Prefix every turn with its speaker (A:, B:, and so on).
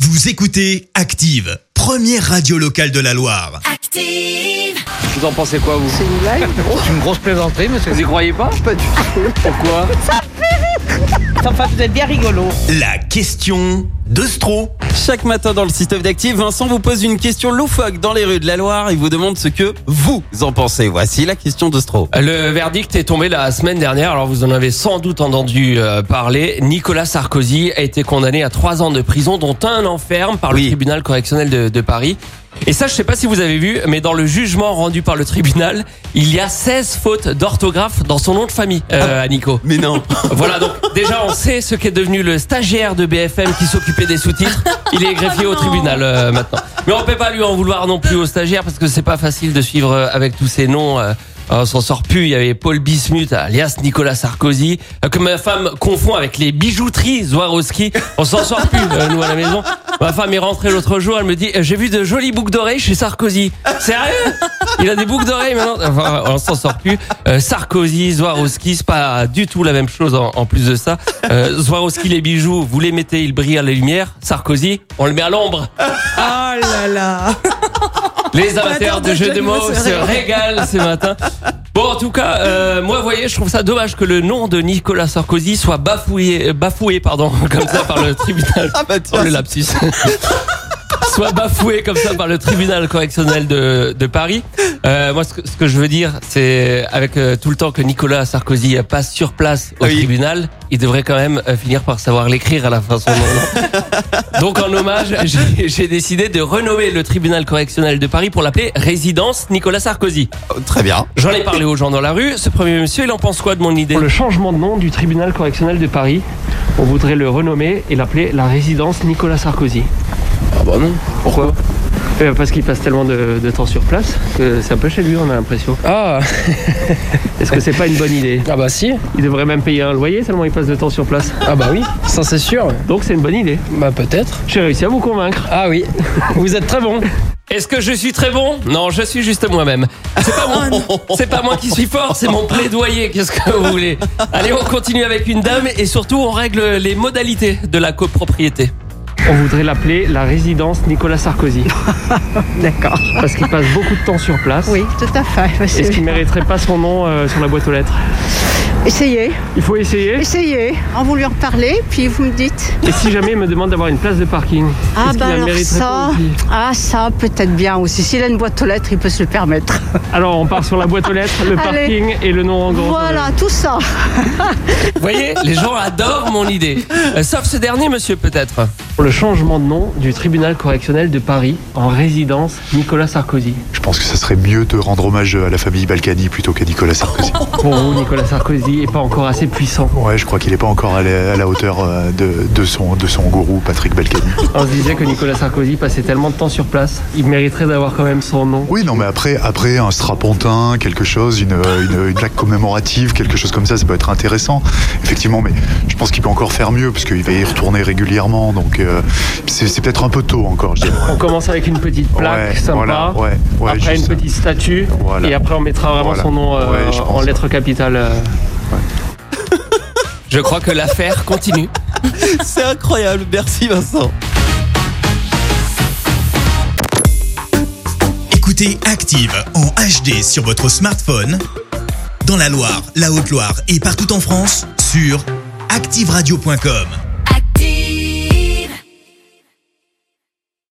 A: Vous écoutez Active, première radio locale de la Loire.
B: Active!
C: Vous en pensez quoi, vous C'est une blague C'est une grosse plaisanterie, monsieur. Vous y croyez pas Pas du tout. Pourquoi
D: Enfin, vous êtes bien rigolo.
A: La question de Stro.
E: Chaque matin dans le système d'Active, Vincent vous pose une question loufoque dans les rues de la Loire. Il vous demande ce que vous en pensez. Voici la question de Stro.
C: Le verdict est tombé la semaine dernière, alors vous en avez sans doute entendu euh, parler. Nicolas Sarkozy a été condamné à trois ans de prison, dont un enferme par le
E: Oui.
C: tribunal correctionnel de, de Paris. Et ça, je sais pas si vous avez vu, mais dans le jugement rendu par le tribunal, il y a 16 fautes d'orthographe dans son nom de famille, euh, à Nico.
E: Mais non.
C: Voilà, donc déjà on sait ce qu'est devenu le stagiaire de BFM qui s'occupait des sous-titres. Il est greffier au tribunal euh, maintenant. Mais on peut pas lui en vouloir non plus au stagiaire parce que c'est pas facile de suivre euh, avec tous ces noms. euh, on s'en sort plus. Il y avait Paul Bismuth, alias Nicolas Sarkozy, euh, que ma femme confond avec les bijouteries Swarovski. On s'en sort plus, euh, nous, à la maison. Ma femme est rentrée l'autre jour, elle me dit, euh, j'ai vu de jolies boucles d'oreilles chez Sarkozy. Sérieux? Il a des boucles d'oreilles maintenant. Enfin, on s'en sort plus. Euh, Sarkozy, Swarovski, c'est pas du tout la même chose en, en plus de ça. Euh, Swarovski, les bijoux, vous les mettez, ils brillent à la lumière. Sarkozy, on le met à l'ombre.
D: Oh là là.
C: Les amateurs de jeux de mots se régalent ce matin. Bon, en tout cas, euh, moi, vous voyez, je trouve ça dommage que le nom de Nicolas Sarkozy soit bafoué, euh, bafoué, pardon, comme ça par le tribunal.
E: Ah bah
C: Oh, le lapsus. Soit bafoué comme ça par le tribunal correctionnel de, de Paris. Euh, moi, ce que, ce que je veux dire, c'est avec euh, tout le temps que Nicolas Sarkozy passe sur place au
E: Oui.
C: tribunal, il devrait quand même euh, finir par savoir l'écrire à la fin son nom. non Donc, en hommage, j'ai- j'ai décidé de renommer le tribunal correctionnel de Paris pour l'appeler Résidence Nicolas Sarkozy.
E: Très bien.
C: J'en ai parlé aux gens dans la rue. Ce premier monsieur, il en pense quoi de mon idée
F: Pour le changement de nom du tribunal correctionnel de Paris, on voudrait le renommer et l'appeler la résidence Nicolas Sarkozy.
C: Ah bah non.
F: Pourquoi Euh, Parce qu'il passe tellement de, de temps sur place que c'est un peu chez lui, on a l'impression.
C: Ah,
F: Est-ce que c'est pas une bonne idée
C: ah bah si.
F: Il devrait même payer un loyer tellement il passe de temps sur place.
C: Ah bah oui. Ça c'est sûr.
F: Donc c'est une bonne idée.
C: Bah peut-être.
F: J'ai réussi à vous convaincre.
C: Ah oui, vous êtes très bon. Est-ce que je suis très bon Ah Non, je suis juste moi-même. C'est pas, mon- c'est pas moi qui suis fort, c'est mon plaidoyer. Qu'est-ce que vous voulez Allez, on continue avec une dame et surtout on règle les modalités de la copropriété.
F: On voudrait l'appeler la résidence Nicolas Sarkozy. D'accord. Parce qu'il passe beaucoup de temps sur place.
G: Oui, tout à fait.
F: Est-ce qu'il
G: monsieur.
F: mériterait pas son nom euh, sur la boîte aux lettres
G: Essayez,
F: Il faut essayer.
G: essayez. On vous lui en parler, puis vous me dites.
F: Et si jamais il me demande d'avoir une place de parking
G: Ah
F: est-ce qu'il
G: bah
F: la
G: alors
F: mériterait pas
G: ça,
F: aussi
G: ah ça peut-être bien aussi. S'il a une boîte aux lettres, il peut se le permettre.
F: Alors on part sur la boîte aux lettres,
G: Allez.
F: le parking et le nom en grand.
G: Voilà, tout ça.
C: Vous voyez, les gens adorent mon idée. Euh, Sauf ce dernier monsieur peut-être.
F: Pour le changement de nom du tribunal correctionnel de Paris en résidence Nicolas Sarkozy.
H: Je pense que ça serait mieux de rendre hommage à la famille Balkany plutôt qu'à Nicolas Sarkozy.
F: Pour vous, Nicolas Sarkozy est pas encore assez puissant.
H: Ouais, je crois qu'il n'est pas encore à la, à la hauteur euh, de, de son, de son gourou, Patrick Balkany.
F: On se disait que Nicolas Sarkozy passait tellement de temps sur place, il mériterait d'avoir quand même son nom.
H: Oui, non, mais après, après un strapontin, quelque chose, une, euh, une, une plaque commémorative, quelque chose comme ça, ça peut être intéressant. Effectivement, mais je pense qu'il peut encore faire mieux, parce qu'il va y retourner régulièrement. Donc, euh, c'est c'est peut-être un peu tôt encore, je dirais.
F: On commence avec une petite plaque
H: Ouais,
F: sympa.
H: voilà, ouais, ouais,
F: après une
H: juste ça.
F: petite statue
H: Voilà.
F: et après on mettra vraiment
H: Voilà.
F: son nom euh,
H: Ouais, je
F: en
H: pense.
F: lettres capitales. euh.
C: Je crois que l'affaire continue.
E: C'est incroyable. Merci Vincent.
A: Écoutez Active en HD sur votre smartphone, dans la Loire, la Haute-Loire et partout en France, sur activeradio.com.